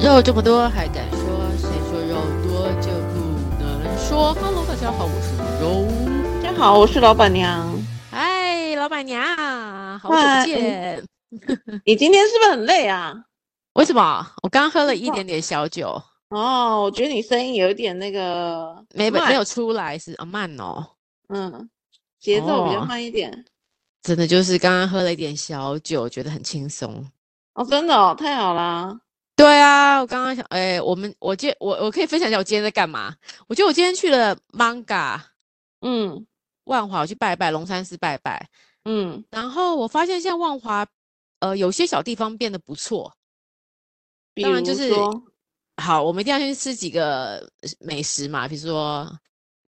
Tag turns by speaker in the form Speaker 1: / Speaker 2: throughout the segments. Speaker 1: 肉这么多还敢说？谁说肉多就不能说？Hello，大家好，我是肉。
Speaker 2: 大家好，我是老板娘。
Speaker 1: 嗨，老板娘，好久不见。嗯
Speaker 2: 你今天是不是很累啊？
Speaker 1: 为什么？我刚喝了一点点小酒，
Speaker 2: 哦，我觉得你声音有一点那个
Speaker 1: 没
Speaker 2: 慢
Speaker 1: 没有出来是啊慢哦，
Speaker 2: 嗯，节奏比较
Speaker 1: 哦
Speaker 2: 慢一点。
Speaker 1: 真的就是刚刚喝了一点小酒，觉得很轻松。
Speaker 2: 哦，真的哦，太好啦。
Speaker 1: 对啊，我刚刚想，哎、我们我今我我可以分享一下我今天在干嘛？我觉得我今天去了 Manga
Speaker 2: 嗯
Speaker 1: 万华，我去拜拜龙山寺拜拜，
Speaker 2: 嗯，
Speaker 1: 然后我发现现在万华，呃，有些小地方变得不错。
Speaker 2: 比
Speaker 1: 当
Speaker 2: 如
Speaker 1: 然就是
Speaker 2: 说，
Speaker 1: 好，我们一定要先去吃几个呃美食嘛，比如说，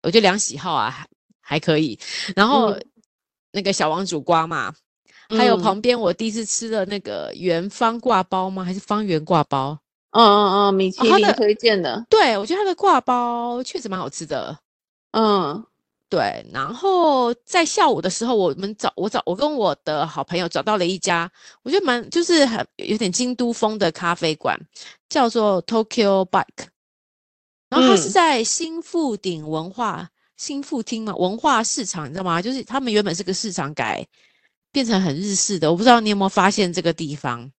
Speaker 1: 我觉得两喜好啊还还可以，然后、
Speaker 2: 嗯
Speaker 1: 那个小王煮瓜嘛，还有
Speaker 2: 嗯
Speaker 1: 旁边我第一次吃的那个圆方挂包吗？还是方圆挂包？
Speaker 2: 嗯嗯嗯，米其
Speaker 1: 它
Speaker 2: 林
Speaker 1: 哦的
Speaker 2: 推荐的，
Speaker 1: 对，我觉得它的挂包确实蛮好吃的。
Speaker 2: 嗯
Speaker 1: 对，然后在下午的时候，我们找我找我跟我的好朋友找到了一家，我觉得蛮就是很有点京都风的咖啡馆，叫做 Tokyo Bike，然后它是
Speaker 2: 嗯
Speaker 1: 在新富町文化新富町嘛文化市场，你知道吗？就是他们原本是个市场改变成很日式的，我不知道你有没有发现这个地方。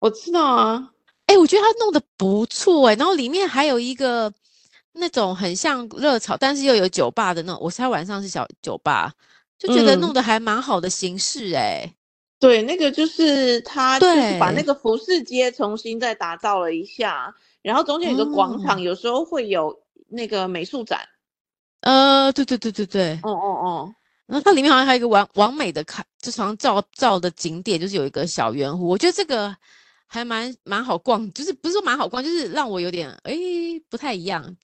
Speaker 2: 我知道啊。
Speaker 1: 哎，我觉得他弄得不错哎，然后里面还有一个那种很像热炒，但是又有酒吧的那种，我猜晚上是小酒吧，就觉得弄
Speaker 2: 嗯
Speaker 1: 得还蛮好的形式哎。
Speaker 2: 对，那个就是他，就是把
Speaker 1: 对
Speaker 2: 那个服饰街重新再打造了一下，然后中间有个广
Speaker 1: 嗯
Speaker 2: 场，有时候会有那个美术展。
Speaker 1: 呃，对对对对对，
Speaker 2: 哦哦
Speaker 1: 然后它里面好像还有一个完完美的看，就是好像照照的景点，就是有一个小圆湖，我觉得这个还蛮蛮好逛，就是不是说蛮好逛，就是让我有点哎不太一样。
Speaker 2: 哦，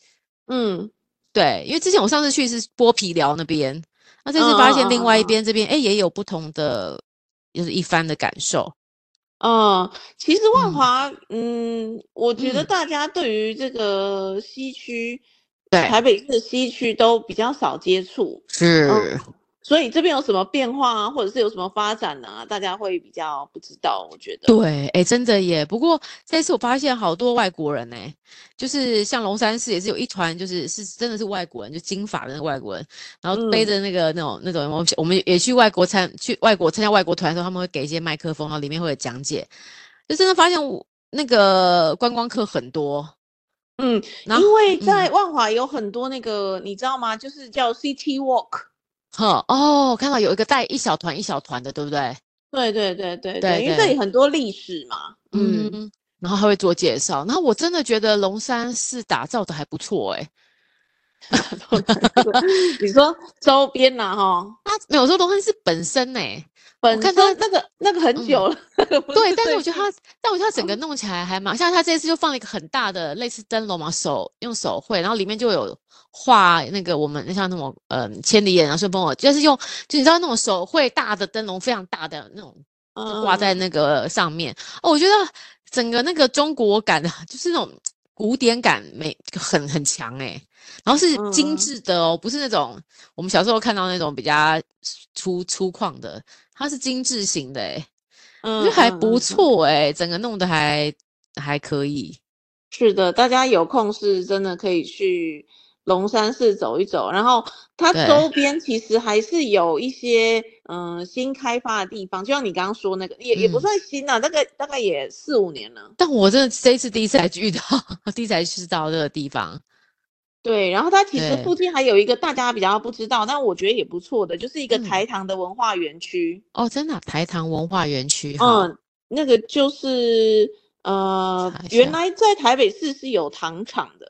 Speaker 2: 嗯，
Speaker 1: 对，因为之前我上次去是剥皮寮那边，那这次发现另外一
Speaker 2: 嗯嗯嗯嗯嗯
Speaker 1: 边这边，哎，也有不同的，就是一番的感受。
Speaker 2: 嗯，其实万
Speaker 1: 嗯
Speaker 2: 华，嗯，我觉得
Speaker 1: 嗯
Speaker 2: 大家对于这个西区，
Speaker 1: 对，
Speaker 2: 台北市的西区都比较少接触，嗯
Speaker 1: 是，
Speaker 2: 所以这边有什么变化啊，或者是有什么发展啊，大家会比较不知道，我觉得。
Speaker 1: 对，哎，真的耶。不过这次我发现好多外国人呢，欸就是像龙山寺也是有一团，就是是真的是外国人，就金发的那个外国人，然后背
Speaker 2: 嗯
Speaker 1: 着那个那种那种，我们我们也去外国参去外国参加外国团的时候，他们会给一些麦克风，然后里面会有讲解，就真的发现我那个观光客很多，
Speaker 2: 嗯，
Speaker 1: 然后
Speaker 2: 因为
Speaker 1: 嗯
Speaker 2: 在万华有很多那个，你知道吗？就是叫 City Walk。
Speaker 1: 呵哦，看到有一个带一小团一小团的，对不对？
Speaker 2: 对对对对
Speaker 1: 对
Speaker 2: 因为这
Speaker 1: 对
Speaker 2: 里很多历史嘛。嗯，
Speaker 1: 嗯，然后他会做介绍。然后我真的觉得龙山寺打造的还不错哎诶、
Speaker 2: 你说周边 呐，哈，
Speaker 1: 他没有说龙山寺本身 呢、
Speaker 2: 本
Speaker 1: 看
Speaker 2: 身
Speaker 1: 它
Speaker 2: 那个那个很
Speaker 1: 嗯
Speaker 2: 久了， 不
Speaker 1: 对，嗯
Speaker 2: 是
Speaker 1: 但是
Speaker 2: 最
Speaker 1: 我觉得
Speaker 2: 近
Speaker 1: 他，但我觉得他整个弄起来还蛮像他这次就放了一个很大的类似灯笼嘛，手用手绘，然后里面就有画那个我们像那种嗯、千里眼啊、顺风耳，就是用就你知道那种手绘大的灯笼，非常大的那种就挂在
Speaker 2: 嗯
Speaker 1: 那个上面。哦，我觉得整个那个中国感的，就是那种古典感美很很强诶、然后是精
Speaker 2: 嗯
Speaker 1: 致的哦，不是那种我们小时候看到那种比较粗粗犷的，它是精致型的诶、我觉
Speaker 2: 嗯
Speaker 1: 得还
Speaker 2: 嗯
Speaker 1: 不
Speaker 2: 嗯
Speaker 1: 错诶、整个弄得还还可以。
Speaker 2: 是的，大家有空是真的可以去龙山寺走一走，然后它
Speaker 1: 对
Speaker 2: 周边其实还是有一些嗯、呃新开发的地方，就像你刚刚说那个，也也不
Speaker 1: 嗯
Speaker 2: 算新啊啦、大概大概也四五年了。
Speaker 1: 但我真的这一次第一次才遇到， 第一次才去到这个地方。
Speaker 2: 对，然后它其实
Speaker 1: 对
Speaker 2: 附近还有一个大家比较不知道，但我觉得也不错的，就是一个
Speaker 1: 嗯
Speaker 2: 台糖的文化园区。
Speaker 1: 哦，真的啊、台糖文化园区哈，
Speaker 2: 嗯，那个就是呃
Speaker 1: 查，一
Speaker 2: 原
Speaker 1: 下
Speaker 2: 来在台北市是有糖厂的，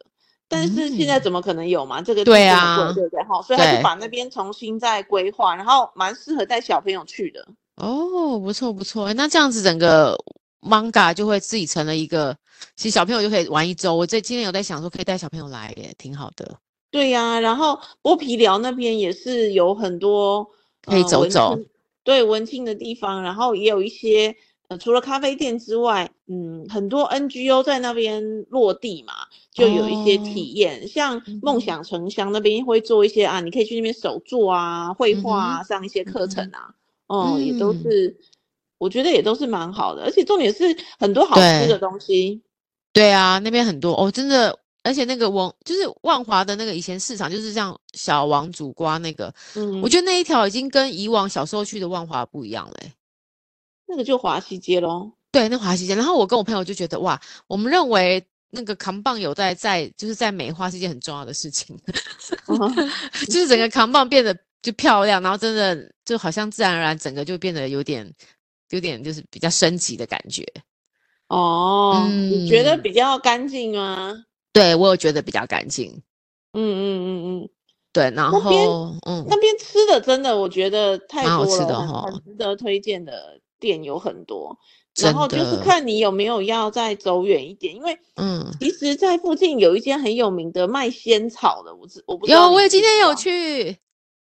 Speaker 2: 但是现在
Speaker 1: 嗯
Speaker 2: 怎么可能有嘛？这个地
Speaker 1: 对
Speaker 2: 这么
Speaker 1: 啊
Speaker 2: 贵，对不对？哈，所以他就
Speaker 1: 对
Speaker 2: 把那边重新再规划，然后蛮适合带小朋友去的。
Speaker 1: 哦，不错不错，诶那这样子整个 manga 就会自己成了一个，其实小朋友就可以玩一周。我这今天有在想说，可以带小朋友来耶，挺好的，
Speaker 2: 对呀、然后剥皮寮那边也是有很多
Speaker 1: 可以
Speaker 2: 呃
Speaker 1: 走
Speaker 2: 文
Speaker 1: 走。
Speaker 2: 青，对文青的地方，然后也有一些呃除了咖啡店之外，嗯，很多 NGO 在那边落地嘛，就有一些
Speaker 1: 哦
Speaker 2: 体验，像
Speaker 1: 嗯
Speaker 2: 梦
Speaker 1: 哼
Speaker 2: 想城乡那边会做一些啊，你可以去那边手作啊、绘
Speaker 1: 嗯
Speaker 2: 画
Speaker 1: 哼
Speaker 2: 啊，上一些
Speaker 1: 嗯
Speaker 2: 课程啊，哦、也都
Speaker 1: 嗯
Speaker 2: 是我觉得也都是蛮好的，而且重点是很多好吃
Speaker 1: 对
Speaker 2: 的东西，
Speaker 1: 对啊，那边很多哦，真的，而且那个王就是万华的那个以前市场，就是像小王煮瓜那个，
Speaker 2: 嗯，
Speaker 1: 我觉得那一条已经跟以往小时候去的万华不一样了欸、
Speaker 2: 那个就华西 街喽。
Speaker 1: 对，那华西街。然后我跟我朋友就觉得，哇，我们认为那个扛棒有在在就是在美化是一件很重要的事情， 就是整个扛棒变得就漂亮，然后真的就好像自然而然整个就变得有点有点就是比较升级的感觉。
Speaker 2: 哦，你觉得
Speaker 1: 嗯
Speaker 2: 比较干净吗？
Speaker 1: 对我有觉得比较干净。
Speaker 2: 嗯嗯嗯嗯，
Speaker 1: 对，然
Speaker 2: 那边
Speaker 1: 后嗯，
Speaker 2: 那边吃的真的我觉得太
Speaker 1: 蛮好
Speaker 2: 多
Speaker 1: 吃
Speaker 2: 了，
Speaker 1: 的
Speaker 2: 很
Speaker 1: 吼
Speaker 2: 很值得推荐的店有很多。
Speaker 1: 真
Speaker 2: 然后就是
Speaker 1: 的，
Speaker 2: 看你有没有要再走远一点，因为
Speaker 1: 嗯，
Speaker 2: 其实，在附近有一间很有名的卖仙草的，我知我不知
Speaker 1: 有，
Speaker 2: 道你啊
Speaker 1: 我也
Speaker 2: 知
Speaker 1: 今
Speaker 2: 不
Speaker 1: 天
Speaker 2: 知
Speaker 1: 有
Speaker 2: 道，
Speaker 1: 去，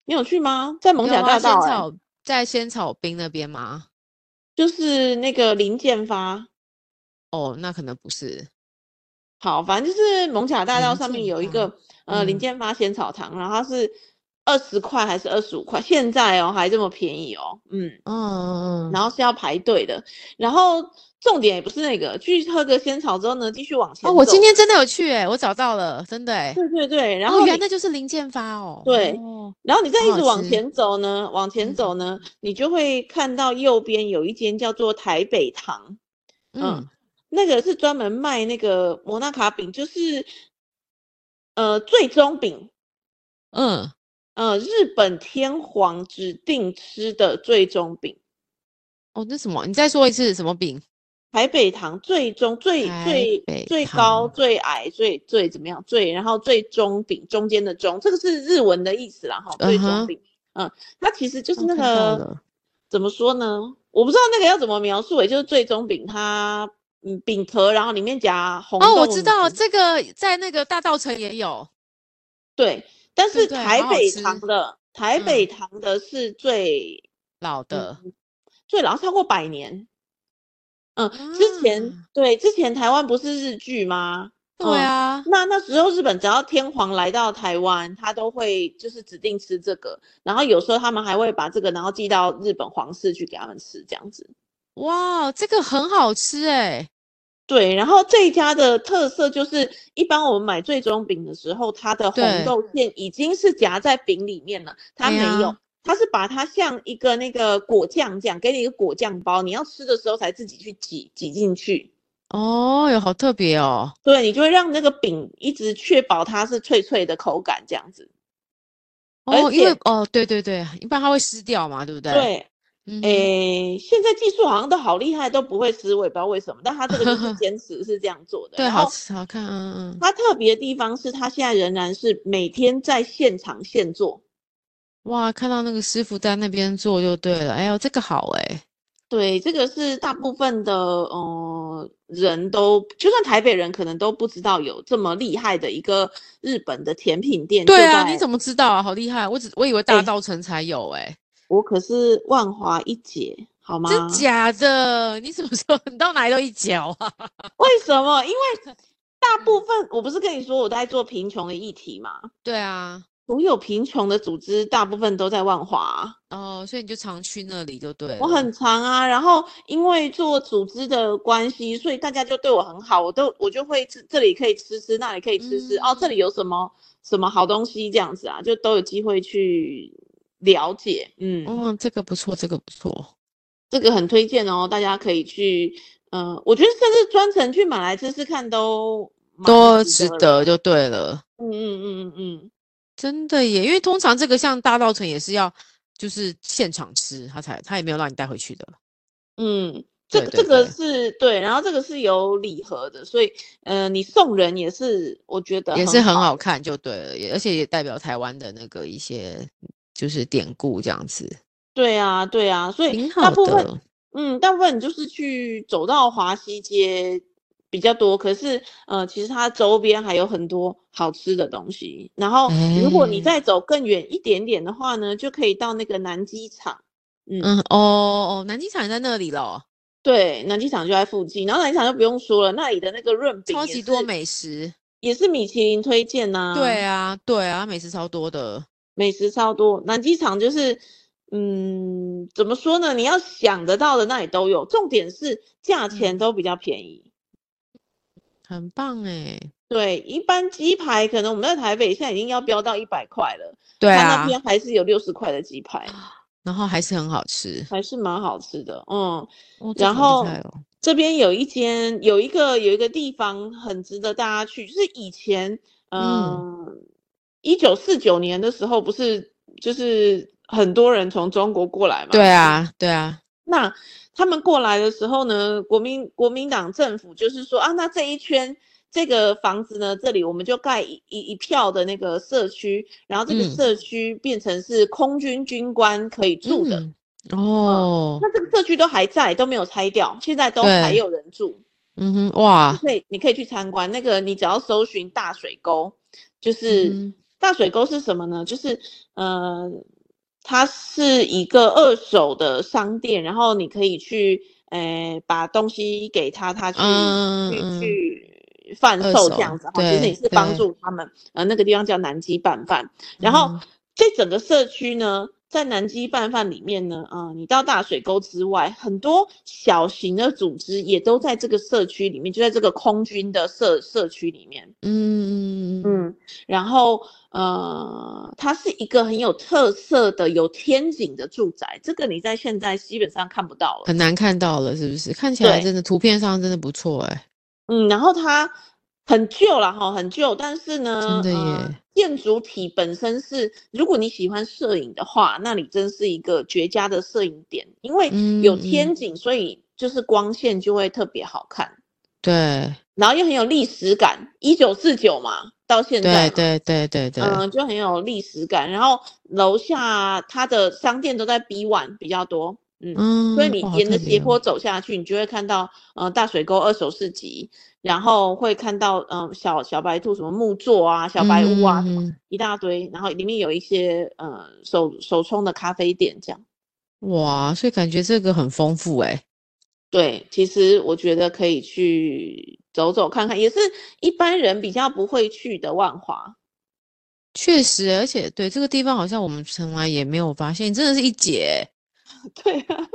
Speaker 2: 你有去吗？在蒙
Speaker 1: 有
Speaker 2: 甲
Speaker 1: 啊，
Speaker 2: 大
Speaker 1: 仙
Speaker 2: 道、欸，
Speaker 1: 草在仙草冰那边吗？
Speaker 2: 就是那个林建发。
Speaker 1: 哦，那可能不是
Speaker 2: 好，反正就是蒙甲大道
Speaker 1: 林
Speaker 2: 上面
Speaker 1: 建
Speaker 2: 有一
Speaker 1: 发，
Speaker 2: 个呃林
Speaker 1: 嗯，
Speaker 2: 建发仙草糖，然后它是二十块还是二十五块？现在哦还这么便宜哦，嗯，
Speaker 1: 嗯嗯嗯
Speaker 2: 然后是要排队的，然后重点也不是那个，去喝个仙草之后呢，继续往
Speaker 1: 哦，
Speaker 2: 前
Speaker 1: 我今
Speaker 2: 走，
Speaker 1: 天真的有去诶、我找到了，真的诶、
Speaker 2: 对对对，然
Speaker 1: 哦，
Speaker 2: 后
Speaker 1: 原来
Speaker 2: 你
Speaker 1: 那就是林建发哦，
Speaker 2: 对，
Speaker 1: 哦，
Speaker 2: 然后你再
Speaker 1: 好
Speaker 2: 一
Speaker 1: 好
Speaker 2: 直往
Speaker 1: 吃，
Speaker 2: 前走呢，往前
Speaker 1: 嗯
Speaker 2: 走呢，你就会看到右边有一间叫做台北堂，嗯，
Speaker 1: 嗯，
Speaker 2: 那个是专门卖那个摩纳卡饼，就是呃最终饼。
Speaker 1: 嗯，
Speaker 2: 呃，日本天皇指定吃的最终饼，
Speaker 1: 哦，那什么，你再说一次什么饼？
Speaker 2: 台北堂最终最
Speaker 1: 台
Speaker 2: 最
Speaker 1: 北
Speaker 2: 最高
Speaker 1: 糖，
Speaker 2: 最矮最最怎么样最，然后最中饼中间的中，这个是日文的意思啦，哈，
Speaker 1: 嗯
Speaker 2: 最中
Speaker 1: 哼，
Speaker 2: 饼，嗯，它其实就是
Speaker 1: 我
Speaker 2: 那
Speaker 1: 哦看到
Speaker 2: 个
Speaker 1: 了，
Speaker 2: 怎么说呢？我不知道那个要怎么描述，也欸就是最终饼它嗯饼壳，然后里面夹红
Speaker 1: 哦，我
Speaker 2: 豆
Speaker 1: 知
Speaker 2: 泥，
Speaker 1: 道这个在那个大道城也有，
Speaker 2: 对，但
Speaker 1: 对不
Speaker 2: 是
Speaker 1: 对？
Speaker 2: 台
Speaker 1: 好好
Speaker 2: 北堂
Speaker 1: 吃，
Speaker 2: 的台北
Speaker 1: 嗯，
Speaker 2: 堂的是最
Speaker 1: 老
Speaker 2: 嗯
Speaker 1: 的
Speaker 2: 最老超过百年。嗯，之前
Speaker 1: 啊，
Speaker 2: 对，之前台湾不是日剧吗？
Speaker 1: 对
Speaker 2: 嗯，
Speaker 1: 啊，
Speaker 2: 那那时候日本只要天皇来到台湾，他都会就是指定吃这个，然后有时候他们还会把这个然后寄到日本皇室去给他们吃这样子。
Speaker 1: 哇，这个很好吃欸诶、
Speaker 2: 对，然后这一家的特色就是，一般我们买最终饼的时候，它的红
Speaker 1: 对，
Speaker 2: 豆馅已经是夹在饼里面了，它
Speaker 1: 哎
Speaker 2: 没有，
Speaker 1: 呀，
Speaker 2: 它是把它像一个那个果酱这样，给你一个果酱包，你要吃的时候才自己去挤挤进去。
Speaker 1: 哦哟，好特别哦，
Speaker 2: 对，你就会让那个饼一直确保它是脆脆的口感这样子，而
Speaker 1: 哦，因为
Speaker 2: 且
Speaker 1: 哦，对对对，一般它会湿掉嘛，对不对？
Speaker 2: 对，
Speaker 1: 嗯
Speaker 2: 诶，现在技术好像都好厉害，都不会撕，我也不知道为什么，但它 这个就是
Speaker 1: 哼，
Speaker 2: 坚持是这样做的。
Speaker 1: 对，
Speaker 2: 然
Speaker 1: 好
Speaker 2: 后
Speaker 1: 吃好看，嗯嗯，
Speaker 2: 它特别的地方是，它现在仍然是每天在现场现做，
Speaker 1: 哇，看到那个师傅在那边做就对了，哎呦，这个好诶、
Speaker 2: 对，这个是大部分的呃人都，就算台北人可能都不知道有这么厉害的一个日本的甜品店，
Speaker 1: 对
Speaker 2: 就
Speaker 1: 啊，你
Speaker 2: 在
Speaker 1: 怎么知道啊？好厉害，我只我以为大
Speaker 2: 哎，
Speaker 1: 道城才有诶、
Speaker 2: 我可是万华一姐，好
Speaker 1: 真
Speaker 2: 吗？
Speaker 1: 假的？你怎么说？ 你到哪里都一脚啊？
Speaker 2: 为什么？因为大部
Speaker 1: 嗯
Speaker 2: 分我不是跟你说我在做贫穷的议题嘛，
Speaker 1: 对啊，
Speaker 2: 所有贫穷的组织大部分都在万华。啊
Speaker 1: 哦，所以你就常去那里就对
Speaker 2: 我
Speaker 1: 了。
Speaker 2: 很长啊，然后因为做组织的关系，所以大家就对我很好，我都我就会吃这里可以吃吃，那里可以吃吃，哦，这里
Speaker 1: 嗯，
Speaker 2: 有什么什么好东西这样子啊，就都有机会去了解，嗯，
Speaker 1: 哦，这个不错，这个不错。
Speaker 2: 这个很推荐哦，大家可以去，嗯、我觉得甚至专程去马来吃吃看都蛮
Speaker 1: 都
Speaker 2: 值得
Speaker 1: 值
Speaker 2: 啦，
Speaker 1: 得就对了，
Speaker 2: 嗯嗯嗯嗯嗯，
Speaker 1: 真的耶！因为通常这个像大稻城也是要就是现场吃，他才他也没有让你带回去的。
Speaker 2: 嗯，这
Speaker 1: 对
Speaker 2: 个这
Speaker 1: 对
Speaker 2: 个
Speaker 1: 对，
Speaker 2: 是对，然后这个是有礼盒的，所以呃，你送人也是我觉得
Speaker 1: 也是
Speaker 2: 很
Speaker 1: 很
Speaker 2: 好
Speaker 1: 好
Speaker 2: 的。
Speaker 1: 看就对了，也而且也代表台湾的那个一些就是典故这样子，
Speaker 2: 对啊，对啊，所以
Speaker 1: 挺
Speaker 2: 大
Speaker 1: 好
Speaker 2: 部分，
Speaker 1: 的。
Speaker 2: 嗯，大部分你就是去走到华西街比较多，可是呃，其实它周边还有很多好吃的东西。然后如果你
Speaker 1: 哎，
Speaker 2: 再走更远一点点的话呢，就可以到那个南机场，嗯。
Speaker 1: 嗯，哦哦，南机场也在那里了，
Speaker 2: 对，南机场就在附近，然后南机场就不用说了，那里的那个润饼
Speaker 1: 超
Speaker 2: 也
Speaker 1: 级多
Speaker 2: 是嗯
Speaker 1: 美食。
Speaker 2: 也是米其林推荐呐、
Speaker 1: 对啊，对啊，美食超多的。
Speaker 2: 美食超多。南机场就是，嗯，怎么说呢？你要想得到的那里都有，重点是价
Speaker 1: 嗯。
Speaker 2: 钱都比较便宜。
Speaker 1: 很棒哎、
Speaker 2: 对，一般鸡排可能我们在台北现在已经要飙到一百块了，
Speaker 3: 对
Speaker 2: 它
Speaker 3: 啊
Speaker 2: 那，边还是有六十块的鸡排，
Speaker 1: 然后还是很好吃，
Speaker 2: 还是蛮好吃的。嗯，
Speaker 1: 哦、
Speaker 2: 然
Speaker 1: 这好厉
Speaker 2: 后
Speaker 1: 害哦
Speaker 2: 这边有一间有一个有一个地方很值得大家去，就是以前嗯，一九四九年的时候不是就是很多人从中国过来嘛，
Speaker 3: 对啊，对啊，
Speaker 2: 那他们过来的时候呢，国民国民党政府就是说啊，那这一圈这个房子呢，这里我们就盖一一一票的那个社区，然后这个
Speaker 1: 嗯
Speaker 2: 社区变成是空军军官可以住的。
Speaker 1: 嗯哦，
Speaker 2: 那这个社区都还在，都没有拆掉，现在都还
Speaker 1: 对
Speaker 2: 有人住。
Speaker 1: 嗯哼，哇，
Speaker 2: 可以，你可以去参观那个，你只要搜寻大水沟，就是、
Speaker 1: 嗯
Speaker 2: 大水沟是什么呢？就是呃，它是一个二手的商店，然后你可以去呃把东西给他，他去、
Speaker 1: 嗯
Speaker 2: 去
Speaker 1: 嗯
Speaker 2: 去贩
Speaker 1: 二
Speaker 2: 售
Speaker 1: 手
Speaker 2: 这样子哈。其实
Speaker 1: 对
Speaker 2: 你是帮
Speaker 1: 对
Speaker 2: 助他们，呃，那个地方叫南极拌饭。然后、
Speaker 1: 嗯
Speaker 2: 这整个社区呢，在南极拌饭里面呢，啊、你到大水沟之外，很多小型的组织也都在这个社区里面，就在这个空军的社社区里面。
Speaker 1: 嗯嗯嗯
Speaker 2: 嗯，然后呃，它是一个很有特色的、有天井的住宅，这个你在现在基本上看不到了。
Speaker 1: 很难看到了，是不是？看起来
Speaker 2: 对
Speaker 1: 真的图片上真的不错哎、
Speaker 2: 嗯，然后它很旧了哈，很旧，但是呢，
Speaker 1: 真的
Speaker 2: 呃
Speaker 1: 耶
Speaker 2: 建筑体本身是，如果你喜欢摄影的话，那里真是一个绝佳的摄影点，因为有
Speaker 1: 嗯
Speaker 2: 天井，所以就是光线就会特别好看，
Speaker 1: 对
Speaker 2: 然后又很有历史感，一九四九嘛，到现
Speaker 1: 对
Speaker 2: 在嘛
Speaker 1: 对对对对，
Speaker 2: 嗯，就很有历史感。然后楼下它的商店都在 B one 比较多，嗯，
Speaker 1: 嗯，
Speaker 2: 所以你
Speaker 1: 哇好
Speaker 2: 沿着
Speaker 1: 特
Speaker 2: 斜
Speaker 1: 别哦
Speaker 2: 坡走下去，你就会看到呃大水沟二手市集，然后会看到嗯、呃小小白兔什么木座啊、小白屋啊、什么
Speaker 1: 嗯嗯嗯
Speaker 2: 一大堆，然后里面有一些呃手手冲的咖啡店这样。
Speaker 1: 哇，所以感觉这个很丰富哎、
Speaker 2: 对，其实我觉得可以去走走看看，也是一般人比较不会去的万华。
Speaker 1: 确实，而且对这个地方好像我们从来也没有发现，真的是一姐欸。
Speaker 2: 对啊，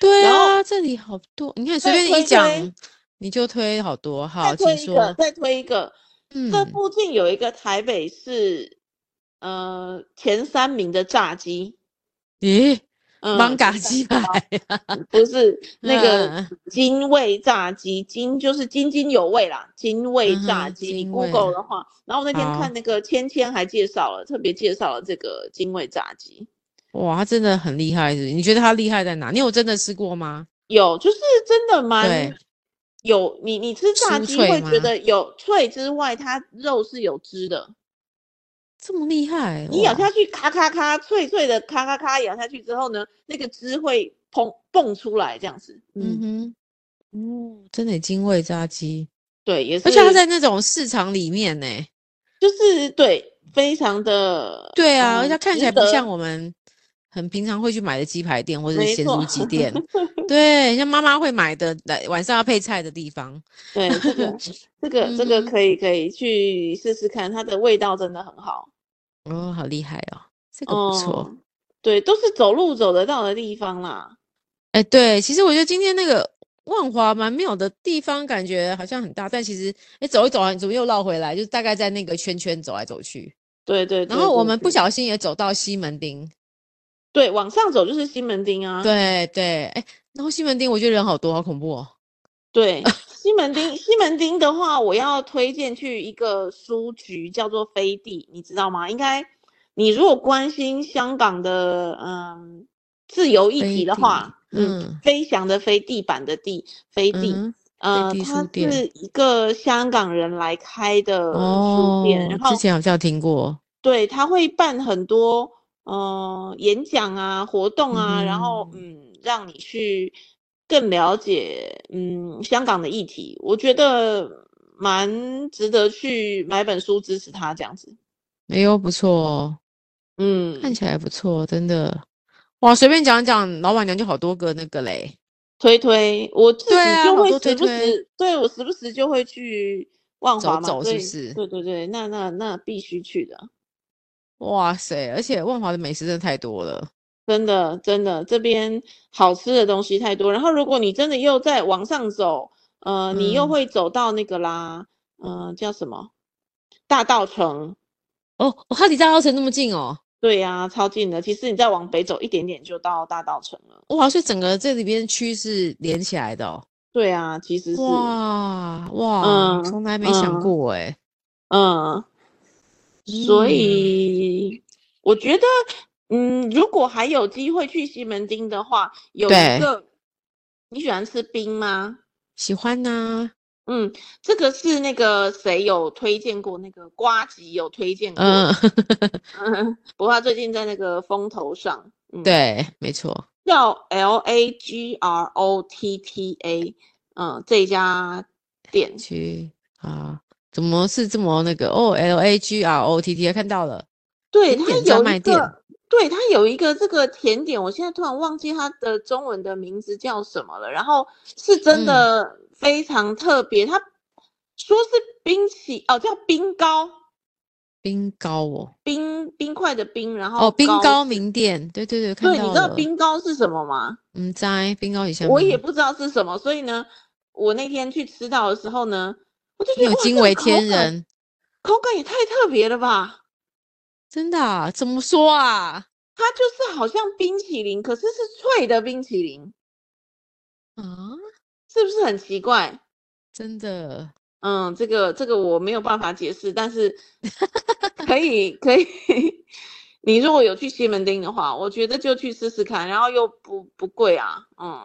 Speaker 1: 对
Speaker 2: 然后
Speaker 1: 啊，这里好多，你看随
Speaker 2: 再
Speaker 1: 便
Speaker 2: 推
Speaker 1: 一讲
Speaker 2: 推
Speaker 1: 你就推好多。好，
Speaker 2: 再
Speaker 1: 请
Speaker 2: 推一个，
Speaker 1: 说。
Speaker 2: 再推一个。这
Speaker 1: 嗯，
Speaker 2: 附近有一个台北市，呃，前三名的炸鸡，
Speaker 1: 咦，
Speaker 2: 嗯，
Speaker 1: 芒嘎
Speaker 2: 前三
Speaker 1: 鸡排，
Speaker 2: 不是 那个
Speaker 1: 嗯
Speaker 2: 精味炸鸡，精就是津津有味啦，精味炸
Speaker 1: 嗯哼
Speaker 2: 鸡。你
Speaker 1: 精味
Speaker 2: Google 的话，然后我那天
Speaker 1: 好
Speaker 2: 看那个芊芊还介绍了，特别介绍了这个精味炸鸡。
Speaker 1: 哇，他真的很厉害是不是你觉得他厉害在哪？你有真的吃过吗？
Speaker 2: 有，就是真的蛮
Speaker 1: 对
Speaker 2: 有你你吃炸
Speaker 1: 酥
Speaker 2: 鸡
Speaker 1: 脆
Speaker 2: 会觉
Speaker 1: 吗
Speaker 2: 得有脆之外，它肉是有汁的，
Speaker 1: 这么厉害，
Speaker 2: 你咬
Speaker 1: 哇
Speaker 2: 下去咔咔咔脆脆的咔咔咔咬下去之后呢，那个汁会砰蹦出来这样子。嗯，
Speaker 1: 嗯哼，哦，真的精味炸鸡，
Speaker 2: 对，也是，
Speaker 1: 而且他在那种市场里面呢、
Speaker 2: 就是对，非常的
Speaker 1: 对啊，而且
Speaker 2: 嗯
Speaker 1: 它看起
Speaker 2: 值
Speaker 1: 来不
Speaker 2: 得
Speaker 1: 像我们很平常会去买的鸡排店或者是
Speaker 2: 没
Speaker 1: 咸
Speaker 2: 错
Speaker 1: 酥鸡 店，对，像妈妈会买的，来晚上要配菜的地方。
Speaker 2: 对，这 个这个这个
Speaker 1: 嗯
Speaker 2: 可以可以去试试看，它的味道真的很好。
Speaker 1: 哦，好厉害哦，这个不错。
Speaker 2: 嗯，对，都是走路走得到的地方啦。
Speaker 1: 哎、对，其实我觉得今天那个万华蛮妙的地方，感觉好像很大，但其实哎、走一走啊，你怎么又绕回来？就是大概在那个圈圈走来走去，
Speaker 2: 对对，
Speaker 1: 然
Speaker 2: 对
Speaker 1: 后我
Speaker 2: 对
Speaker 1: 们不
Speaker 2: 对
Speaker 1: 小心也走到西门町。
Speaker 2: 对往上走就是西门町啊。
Speaker 1: 对对，哎、然后西门町我觉得人好多，好恐怖哦。
Speaker 2: 对，西门町西门町的话，我要推荐去一个书局，叫做飞地，你知道吗？应该你如果关心香港的嗯自由议
Speaker 1: 飞
Speaker 2: 题的
Speaker 1: 地
Speaker 2: 话，嗯
Speaker 1: 嗯，
Speaker 2: 飞翔的飞，地板的地，飞地。
Speaker 1: 嗯哼，
Speaker 2: 呃，
Speaker 1: 地
Speaker 2: 它
Speaker 1: 书店
Speaker 2: 是一个香港人来开的书
Speaker 1: 哦
Speaker 2: 店，然，
Speaker 1: 之
Speaker 2: 后
Speaker 1: 前好像听过。
Speaker 2: 对，他会办很多呃演讲啊、活动啊，然后嗯，让你去更了解嗯香港的议题，我觉得蛮值得去买本书支持他这样子。
Speaker 1: 哎呦，不错哦，看
Speaker 2: 嗯，
Speaker 1: 起来不错，真的。哇，随便讲一讲，老板娘就好多个那个嘞。
Speaker 2: 推推，我自
Speaker 1: 对
Speaker 2: 己
Speaker 1: 啊
Speaker 2: 就
Speaker 1: 好
Speaker 2: 会
Speaker 1: 多
Speaker 2: 时
Speaker 1: 推
Speaker 2: 不
Speaker 1: 推
Speaker 2: 时，对，我时不时就会去万
Speaker 1: 走
Speaker 2: 华嘛，
Speaker 1: 走是
Speaker 2: 所
Speaker 1: 不
Speaker 2: 以
Speaker 1: 是
Speaker 2: 对对对，那那那必须去的。
Speaker 1: 哇塞，而且万华的美食真的太多了。
Speaker 2: 真的，真的，这边好吃的东西太多。然后，如果你真的又再往上走，呃，你又
Speaker 1: 嗯
Speaker 2: 会走到那个啦，呃，叫什么？大道城。
Speaker 1: 哦，哦它离大稻城那么近哦，
Speaker 2: 对呀、超近的。其实你再往北走一点点就到大道城了。
Speaker 1: 哇，所以整个这里边区是连起来的哦，
Speaker 2: 对啊，其实是，
Speaker 1: 哇哇，
Speaker 2: 嗯
Speaker 1: 从来没想
Speaker 2: 嗯
Speaker 1: 过哎，嗯
Speaker 2: 嗯，所以我觉得，嗯，如果还有机会去西门町的话，有
Speaker 1: 对
Speaker 2: 一个，你喜欢吃冰吗？
Speaker 1: 喜欢呐，
Speaker 2: 嗯，这个是那个谁有推荐过？那个瓜吉有推荐过，
Speaker 1: 嗯，
Speaker 2: 嗯，不过他最近在那个风头上，嗯，，
Speaker 1: 对，没错，
Speaker 2: 叫 L A G R O T T A，嗯，这一家店，
Speaker 1: 去啊，怎么是这么那个哦？L A G R O T T，看到了，
Speaker 2: 对，
Speaker 1: 甜
Speaker 2: 它
Speaker 1: 点专
Speaker 2: 有
Speaker 1: 卖
Speaker 2: 一
Speaker 1: 店
Speaker 2: 个，对，它有一个这个甜点，我现在突然忘记它的中文的名字叫什么了。然后是真
Speaker 1: 嗯
Speaker 2: 的非常特别，它说是冰淇哦，叫冰糕，
Speaker 1: 冰糕哦，
Speaker 2: 冰冰块的冰，然后
Speaker 1: 哦，冰糕
Speaker 2: 糕，
Speaker 1: 名店，对对对，看
Speaker 2: 对，
Speaker 1: 到
Speaker 2: 你知道
Speaker 1: 了
Speaker 2: 冰糕是什么吗？
Speaker 1: 嗯，在冰糕以下，
Speaker 2: 我也不知道是什么，所以呢，我那天去吃到的时候呢，我就觉得
Speaker 1: 有
Speaker 2: 哇，这
Speaker 1: 惊
Speaker 2: 个
Speaker 1: 为
Speaker 2: 口
Speaker 1: 天
Speaker 2: 感，
Speaker 1: 人，
Speaker 2: 口感也太特别了吧！
Speaker 1: 真的啊？怎么说啊？
Speaker 2: 它就是好像冰淇淋，可是是脆的冰淇淋。
Speaker 1: 啊，
Speaker 2: 是不是很奇怪？
Speaker 1: 真的，
Speaker 2: 嗯，这个这个我没有办法解释，但是可以可以， 你如果有去西门町的话，我觉得就去试试看，然后又不不贵啊，嗯，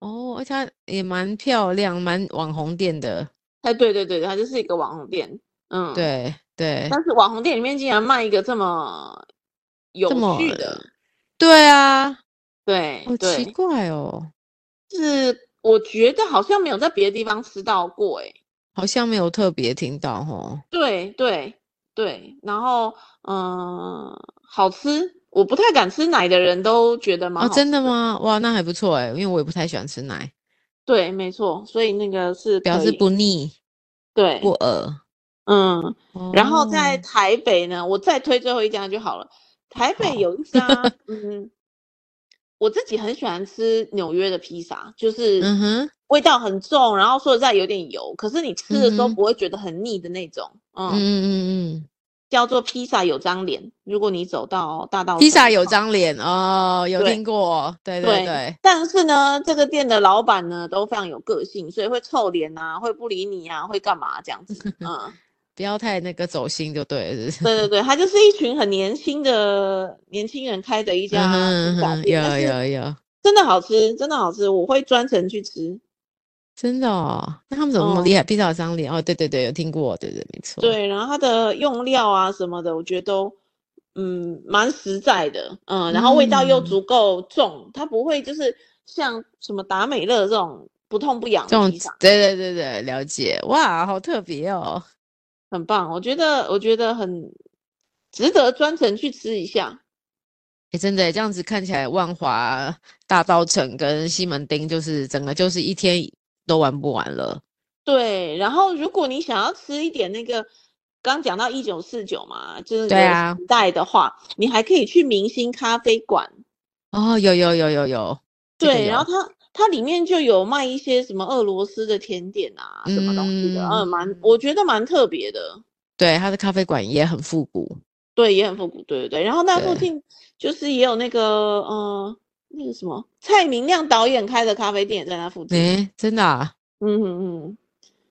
Speaker 1: 哦，而且它也蛮漂亮，蛮网红店的，
Speaker 2: 哎，对对对，它就是一个网红店，嗯，。
Speaker 1: 对对
Speaker 2: 但是网红店里面竟然卖一个这么有
Speaker 1: 么
Speaker 2: 趣的，
Speaker 1: 对啊，
Speaker 2: 对
Speaker 1: 好奇
Speaker 2: 对，
Speaker 1: 怪哦，
Speaker 2: 是我觉得好像没有在别的地方吃到过、欸，
Speaker 1: 好像没有特别听到哦。
Speaker 2: 对对对，然后嗯、呃好吃。我不太敢吃奶的人都觉得蛮
Speaker 1: 哦，
Speaker 2: 好吃、
Speaker 1: 真的吗？哇，那还不错哎，因为我也不太喜欢吃奶，
Speaker 2: 对，没错，所以那个是
Speaker 1: 表
Speaker 2: 可
Speaker 1: 示
Speaker 2: 以
Speaker 1: 不腻
Speaker 2: 对，
Speaker 1: 不饿。
Speaker 2: 嗯。然后在
Speaker 1: 哦
Speaker 2: 台北呢，我再推最后一家就好了。台
Speaker 1: 好
Speaker 2: 北有一家，嗯，我自己很喜欢吃纽约的披萨，就是
Speaker 1: 嗯哼，
Speaker 2: 味道很重，然后说实在有点油，可是你吃的时候
Speaker 1: 嗯哼
Speaker 2: 不会觉得很腻的那种。
Speaker 1: 嗯
Speaker 2: 嗯，
Speaker 1: 嗯嗯
Speaker 2: 叫做披萨有张脸。如果你走到大道
Speaker 1: 嗯，
Speaker 2: 城
Speaker 1: 披萨
Speaker 2: 的
Speaker 1: 有
Speaker 2: 话
Speaker 1: 张脸哦，有
Speaker 2: 对
Speaker 1: 听过，对对对，
Speaker 2: 但是呢，这个店的老板呢都非常有个性，所以会臭脸啊，会不理你啊，会干嘛这样子。 嗯，
Speaker 1: 不要太那个走心就对了，是不是
Speaker 2: 对对对，他就是一群很年轻的年轻人开的一
Speaker 1: 嗯
Speaker 2: 家
Speaker 1: 哼
Speaker 2: 披
Speaker 1: 嗯
Speaker 2: 萨
Speaker 1: 哼，
Speaker 2: 店，
Speaker 1: 有
Speaker 2: 但是
Speaker 1: 有有，
Speaker 2: 真的好吃，真的好吃，我会专程去吃。
Speaker 1: 真的哦，那他们怎么那么
Speaker 2: 哦
Speaker 1: 厉害？披萨有张脸哦，对对对，有听过，对对没错，
Speaker 2: 对，然后它的用料啊什么的，我觉得都嗯蛮实在的，嗯，然后味道又
Speaker 1: 嗯
Speaker 2: 足够重，它不会就是像什么达美乐这种不痛不痒
Speaker 1: 这
Speaker 2: 的
Speaker 1: 种
Speaker 2: 披萨。
Speaker 1: 对对对对，了解，哇，好特别哦，
Speaker 2: 很棒，我觉得我觉得很值得专程去吃一下。
Speaker 1: 诶真的耶这样子看起来，万华、大稻城跟西门町就是整个就是一天都玩不完了。
Speaker 2: 对，然后如果你想要吃一点那个，刚讲到一九四九嘛，就是
Speaker 1: 对啊
Speaker 2: 时代的话，你还可以去明星咖啡馆。
Speaker 1: 哦，有有有有有，这个
Speaker 2: 对，然
Speaker 1: 有
Speaker 2: 后它它里面就有卖一些什么俄罗斯的甜点啊，什么东西的，嗯，蛮我觉得蛮特别的。
Speaker 1: 对他的咖啡馆也很复古，
Speaker 2: 对，也很复古，对对对。然后那附
Speaker 1: 对
Speaker 2: 近就是也有那个呃那个什么蔡明亮导演开的咖啡店也在那附近。
Speaker 1: 诶、真的、啊、
Speaker 2: 嗯嗯嗯。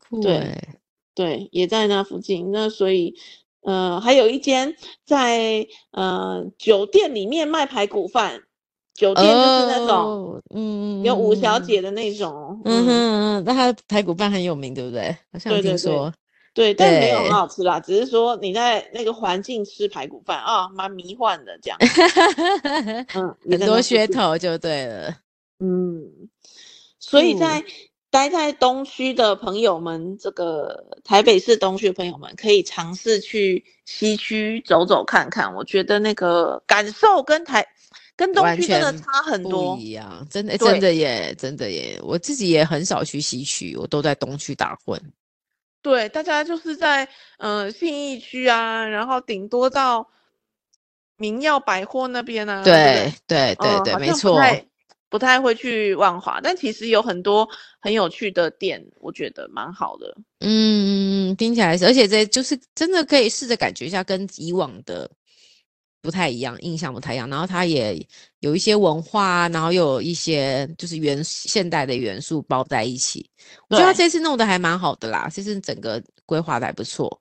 Speaker 1: 酷欸
Speaker 2: 对
Speaker 1: 诶，
Speaker 2: 对，也在那附近。那所以，呃，还有一间在呃酒店里面卖排骨饭，酒店就是那种
Speaker 1: 哦，嗯，
Speaker 2: 有五小
Speaker 1: 嗯，
Speaker 2: 姐的那种，
Speaker 1: 嗯嗯哼，那他的排骨饭很有名，对不对？好像
Speaker 2: 对
Speaker 1: 听
Speaker 2: 对对
Speaker 1: 说，
Speaker 2: 对，但没有
Speaker 1: 对
Speaker 2: 很好吃啦，只是说你在那个环境吃排骨饭啊，蛮迷幻的这 样，
Speaker 1: 很多
Speaker 2: 嗯，也在那附
Speaker 1: 噱
Speaker 2: 近，
Speaker 1: 头就对了。
Speaker 2: 嗯，所以
Speaker 1: 酷
Speaker 2: 在。待在东区的朋友们，这个台北市东区的朋友们，可以尝试去西区走走看看。我觉得那个感受跟台跟东
Speaker 1: 完
Speaker 2: 区真的
Speaker 1: 全
Speaker 2: 差很
Speaker 1: 不
Speaker 2: 多。
Speaker 1: 一样，真的，诶
Speaker 2: 对
Speaker 1: 真的耶，真的耶！我自己也很少去西区，我都在东区打混。
Speaker 2: 对，大家就是在呃信义区啊，然后顶多到明耀百货那边啊，对不
Speaker 1: 对对
Speaker 2: 对？
Speaker 1: 对
Speaker 2: 嗯
Speaker 1: 对，
Speaker 2: 好
Speaker 1: 没
Speaker 2: 像不
Speaker 1: 错，
Speaker 2: 太不太会去万华，但其实有很多很有趣的店，我觉得蛮好的。
Speaker 1: 嗯，听起来是，而且这就是真的可以试着感觉一下，跟以往的不太一样，印象不太一样。然后它也有一些文化，然后又有一些就是元现代的元素包在一起。我觉得他
Speaker 2: 对
Speaker 1: 这次弄得还蛮好的啦，这次整个规划的还不错。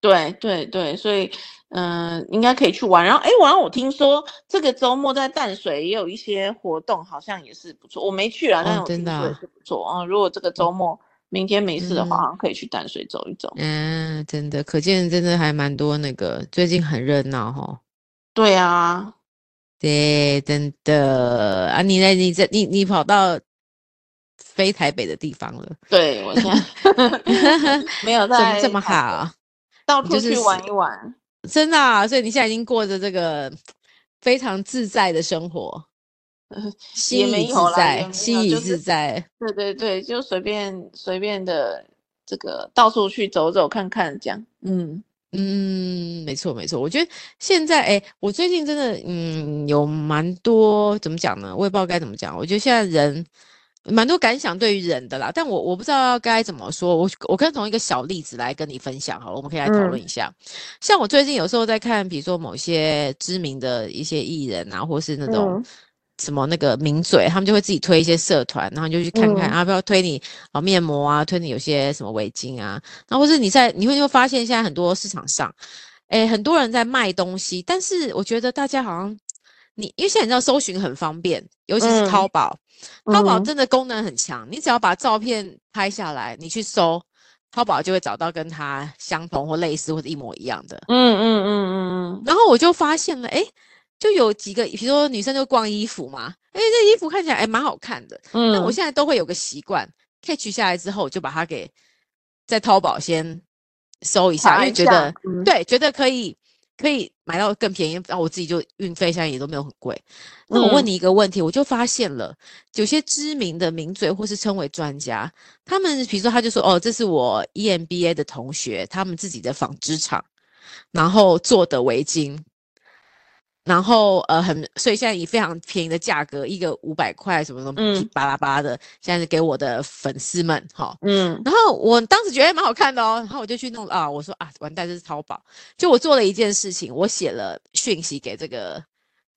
Speaker 2: 对对对，所以嗯、呃应该可以去玩。然后哎，然后我听说这个周末在淡水也有一些活动，好像也是不错。我没去啊，但
Speaker 1: 哦
Speaker 2: 是我
Speaker 1: 真
Speaker 2: 听
Speaker 1: 的
Speaker 2: 说也
Speaker 1: 啊
Speaker 2: 是不错。嗯，如果这个周末明天没事的话，
Speaker 1: 嗯
Speaker 2: 好像可以去淡水走一走。
Speaker 1: 嗯，真的，可见真的还蛮多那个，最近很热闹哈。
Speaker 2: 对啊，
Speaker 1: 对，真的啊，你呢？你这你你跑到非台北的地方了，
Speaker 2: 对我现在 没有
Speaker 1: 怎么
Speaker 2: 在
Speaker 1: 这么
Speaker 2: 台北
Speaker 1: 好？
Speaker 2: 到
Speaker 1: 你
Speaker 2: 处
Speaker 1: 就是
Speaker 2: 去玩
Speaker 1: 是
Speaker 2: 一玩。
Speaker 1: 真的啊、所以你现在已经过着这个非常自在的生活，
Speaker 2: 也
Speaker 1: 心
Speaker 2: 没
Speaker 1: 已自
Speaker 2: 有啦也
Speaker 1: 在，
Speaker 2: 没有
Speaker 1: 心已
Speaker 2: 就
Speaker 1: 自
Speaker 2: 是
Speaker 1: 在。
Speaker 2: 对对对，就随便随便的这个到处去走走看看这样。嗯，
Speaker 1: 嗯，没错没错，我觉得现在哎，我最近真的嗯有蛮多怎么讲呢？我也不知道该怎么讲。我觉得现在人蛮多感想对于人的啦，但我我不知道该怎么说。我我可以从一个小例子来跟你分享好了，我们可以来讨论
Speaker 2: 嗯
Speaker 1: 一下。像我最近有时候在看，比如说某些知名的一些艺人啊，或是那种
Speaker 2: 嗯
Speaker 1: 什么那个名嘴，他们就会自己推一些社团，然后你就去看看
Speaker 2: 嗯
Speaker 1: 啊，不要推你啊面膜啊，推你有些什么围巾啊，然后或是你在你会就会发现现在很多市场上，诶，很多人在卖东西，但是我觉得大家好像你因为现在你知道搜寻很方便，尤其是
Speaker 2: 嗯
Speaker 1: 淘宝，淘宝
Speaker 2: 嗯
Speaker 1: 真的功能很强，你只要把照片拍下来，你去搜，淘宝就会找到跟它相同或类似或者一模一样的。
Speaker 2: 嗯嗯嗯嗯嗯，
Speaker 1: 然后我就发现了，哎，就有几个，比如说女生就逛衣服嘛，哎，这衣服看起来哎蛮好看的，但我
Speaker 2: 嗯
Speaker 1: 现在都会有个习惯，catch 下来之后，我就把它给在淘宝先搜一下，因
Speaker 2: 查
Speaker 1: 为
Speaker 2: 一
Speaker 1: 觉
Speaker 2: 下，
Speaker 1: 得
Speaker 2: 嗯
Speaker 1: 对，觉得可以可以买到更便宜，然后我自己就运费现在也都没有很贵。那我问
Speaker 2: 嗯
Speaker 1: 你一个问题，我就发现了有些知名的名嘴或是称为专家，他们比如说他就说哦，这是我 EMBA 的同学，他们自己的纺织厂，然后做的围巾，然后呃很，所以现在以非常便宜的价格，一个五百块什么什么噼
Speaker 2: 嗯
Speaker 1: 巴拉巴拉的，现在是给我的粉丝们哈。
Speaker 2: 嗯
Speaker 1: 然后我当时觉得蛮好看的哦，然后我就去弄啊，我说啊，完蛋，这是淘宝。就我做了一件事情，我写了讯息给这个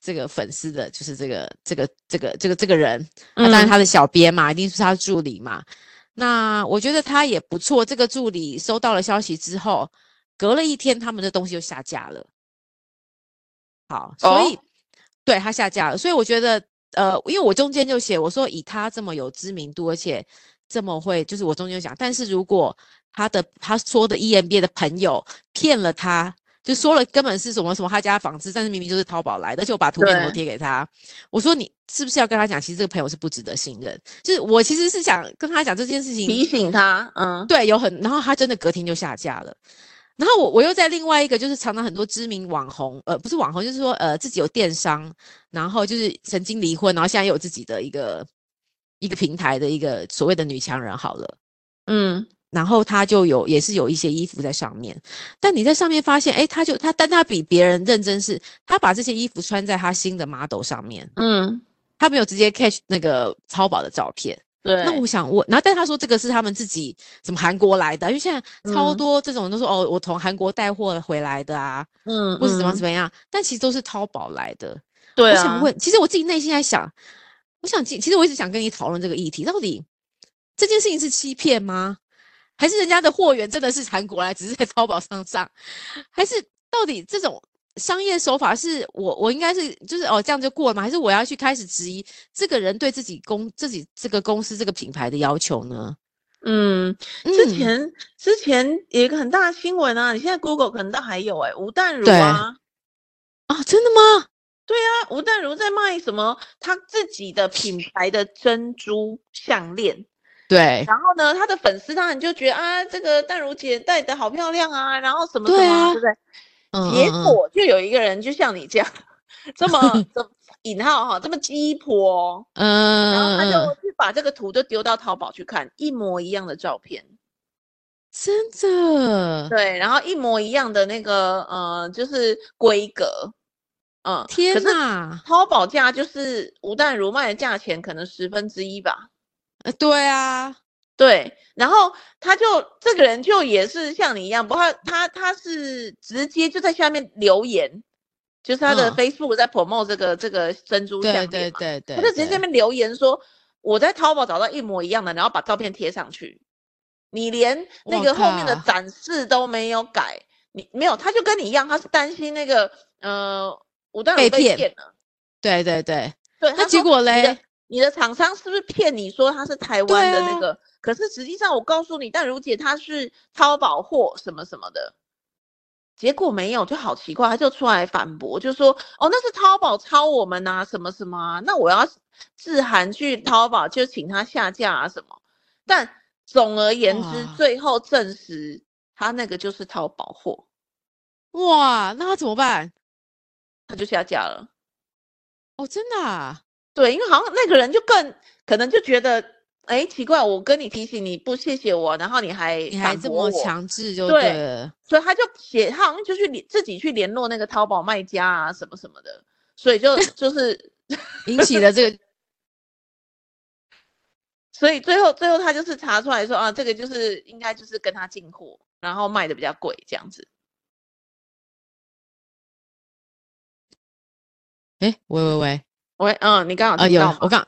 Speaker 1: 这个粉丝的，就是这个这个这个这个这个人，那、当然
Speaker 2: 嗯
Speaker 1: 他的小编嘛，一定是他的助理嘛。那我觉得他也不错，这个助理收到了消息之后，隔了一天，他们的东西就下架了。好，所以
Speaker 2: 哦，
Speaker 1: 对它下架了，所以我觉得，呃，因为我中间就写我说以它这么有知名度，而且这么会，就是我中间就讲，但是如果他的他说的 EMBA 的朋友骗了他，就说了根本是什么什么他家纺织，但是明明就是淘宝来的，而且我把图片什么
Speaker 2: 对，
Speaker 1: 贴给他，我说你是不是要跟他讲，其实这个朋友是不值得信任，就是我其实是想跟他讲这件事情，
Speaker 2: 提醒他，嗯
Speaker 1: 对，有很，然后他真的隔天就下架了。然后我我又在另外一个，就是常常很多知名网红，呃，不是网红，就是说呃自己有电商，然后就是曾经离婚，然后现在有自己的一个一个平台的一个所谓的女强人好了。
Speaker 2: 嗯
Speaker 1: 然后她就有也是有一些衣服在上面，但你在上面发现，哎，她就她，但她比别人认真是，她把这些衣服穿在她新的 model 上面，
Speaker 2: 嗯，
Speaker 1: 她没有直接 catch 那个淘宝的照片。那我
Speaker 2: 对，
Speaker 1: 想问，然后但他说这个是他们自己什么韩国来的，因为现在超
Speaker 2: 嗯
Speaker 1: 多这种人都说哦，我从韩国带货回来的啊，
Speaker 2: 嗯
Speaker 1: 或是怎么样怎
Speaker 2: 嗯，
Speaker 1: 么样，但其实都是淘宝来的。
Speaker 2: 对
Speaker 1: 我想
Speaker 2: 啊，
Speaker 1: 问，其实我自己内心在想，我想其其实我一直想跟你讨论这个议题，到底这件事情是欺骗吗？还是人家的货源真的是韩国来，只是在淘宝上上？还是到底这种商业手法是我我应该是就是哦这样就过了吗？还是我要去开始质疑这个人对自己公自己这个公司这个品牌的要求呢？
Speaker 2: 嗯，之
Speaker 1: 嗯，
Speaker 2: 前之前有一个很大的新闻啊，你现在 Google 可能都还有哎、吴淡如
Speaker 1: 对
Speaker 2: 啊。
Speaker 1: 啊，真的吗？
Speaker 2: 对啊，吴淡如在卖什么？她自己的品牌的珍珠项链。
Speaker 1: 对
Speaker 2: 然后呢，她的粉丝当然就觉得啊，这个淡如姐戴的好漂亮啊，然后什么什
Speaker 1: 对
Speaker 2: 么啊，
Speaker 1: 啊，
Speaker 2: 对不对？
Speaker 1: 嗯
Speaker 2: 结
Speaker 1: 嗯
Speaker 2: 果就有一个人，就像你这样， 这么这么引号哈，这么鸡婆，哦
Speaker 1: 嗯
Speaker 2: 然后他就
Speaker 1: 嗯嗯，嗯
Speaker 2: 去把这个图就丢到淘宝去看，一模一样的照片。
Speaker 1: 真的，
Speaker 2: 对，然后一模一样的那个呃，就是规格，嗯，可
Speaker 1: 天
Speaker 2: 是
Speaker 1: 哪！
Speaker 2: 淘宝价就是吴淡如卖的价钱，可能十分之一吧。
Speaker 1: 呃，对啊，
Speaker 2: 对，然后他就这个人就也是像你一样，不过他他他是直接就在下面留言，就是他的
Speaker 1: 嗯
Speaker 2: Facebook 在 promote 这个、这个珍珠
Speaker 1: 对
Speaker 2: 项链
Speaker 1: 对
Speaker 2: 嘛
Speaker 1: 对对，
Speaker 2: 他就直接
Speaker 1: 对
Speaker 2: 在那边留言说我在淘宝找到一模一样的，然后把照片贴上去，你连那
Speaker 1: 哇
Speaker 2: 个后面的
Speaker 1: 靠
Speaker 2: 展示都没有改，你没有，他就跟你一样，他是担心那个呃，我当
Speaker 1: 被
Speaker 2: 然有被
Speaker 1: 骗
Speaker 2: 骗了，
Speaker 1: 对对对，
Speaker 2: 对，
Speaker 1: 那
Speaker 2: 他
Speaker 1: 结
Speaker 2: 说
Speaker 1: 果
Speaker 2: 你的
Speaker 1: 嘞？
Speaker 2: 你的厂商是不是骗你说他是台
Speaker 1: 对
Speaker 2: 湾的那
Speaker 1: 啊
Speaker 2: 个？可是实际上我告诉你，淡如姐她是淘宝货什么什么的，结果没有，就好奇怪，他就出来反驳，就说哦那是淘宝抄我们呐、什么什么啊，那我要自函去淘宝就请他下架啊什么。但总而言之
Speaker 1: 哇，
Speaker 2: 最后证实他那个就是淘宝货，
Speaker 1: 哇，那他怎么办？
Speaker 2: 他就下架了。
Speaker 1: 哦，真的啊，
Speaker 2: 对，因为好像那个人就更可能就觉得，哎，奇怪，我跟你提醒你不谢谢我，然后你还
Speaker 1: 你还
Speaker 2: 反
Speaker 1: 这
Speaker 2: 驳
Speaker 1: 么
Speaker 2: 我，
Speaker 1: 强制就
Speaker 2: 对
Speaker 1: 了
Speaker 2: 所以他就写，他好像就去联自己去联络那个淘宝卖家啊什么什么的，所 以就就是，
Speaker 1: 引起了这个
Speaker 2: 所以最后最后他就是查出来说啊，这个就是应该就是跟他进货，然后卖的比较贵这样子。
Speaker 1: 哎，喂喂喂，
Speaker 2: 喂，嗯，你刚好
Speaker 1: 啊
Speaker 2: 听
Speaker 1: 哦有
Speaker 2: 到
Speaker 1: 我
Speaker 2: 吗
Speaker 1: 刚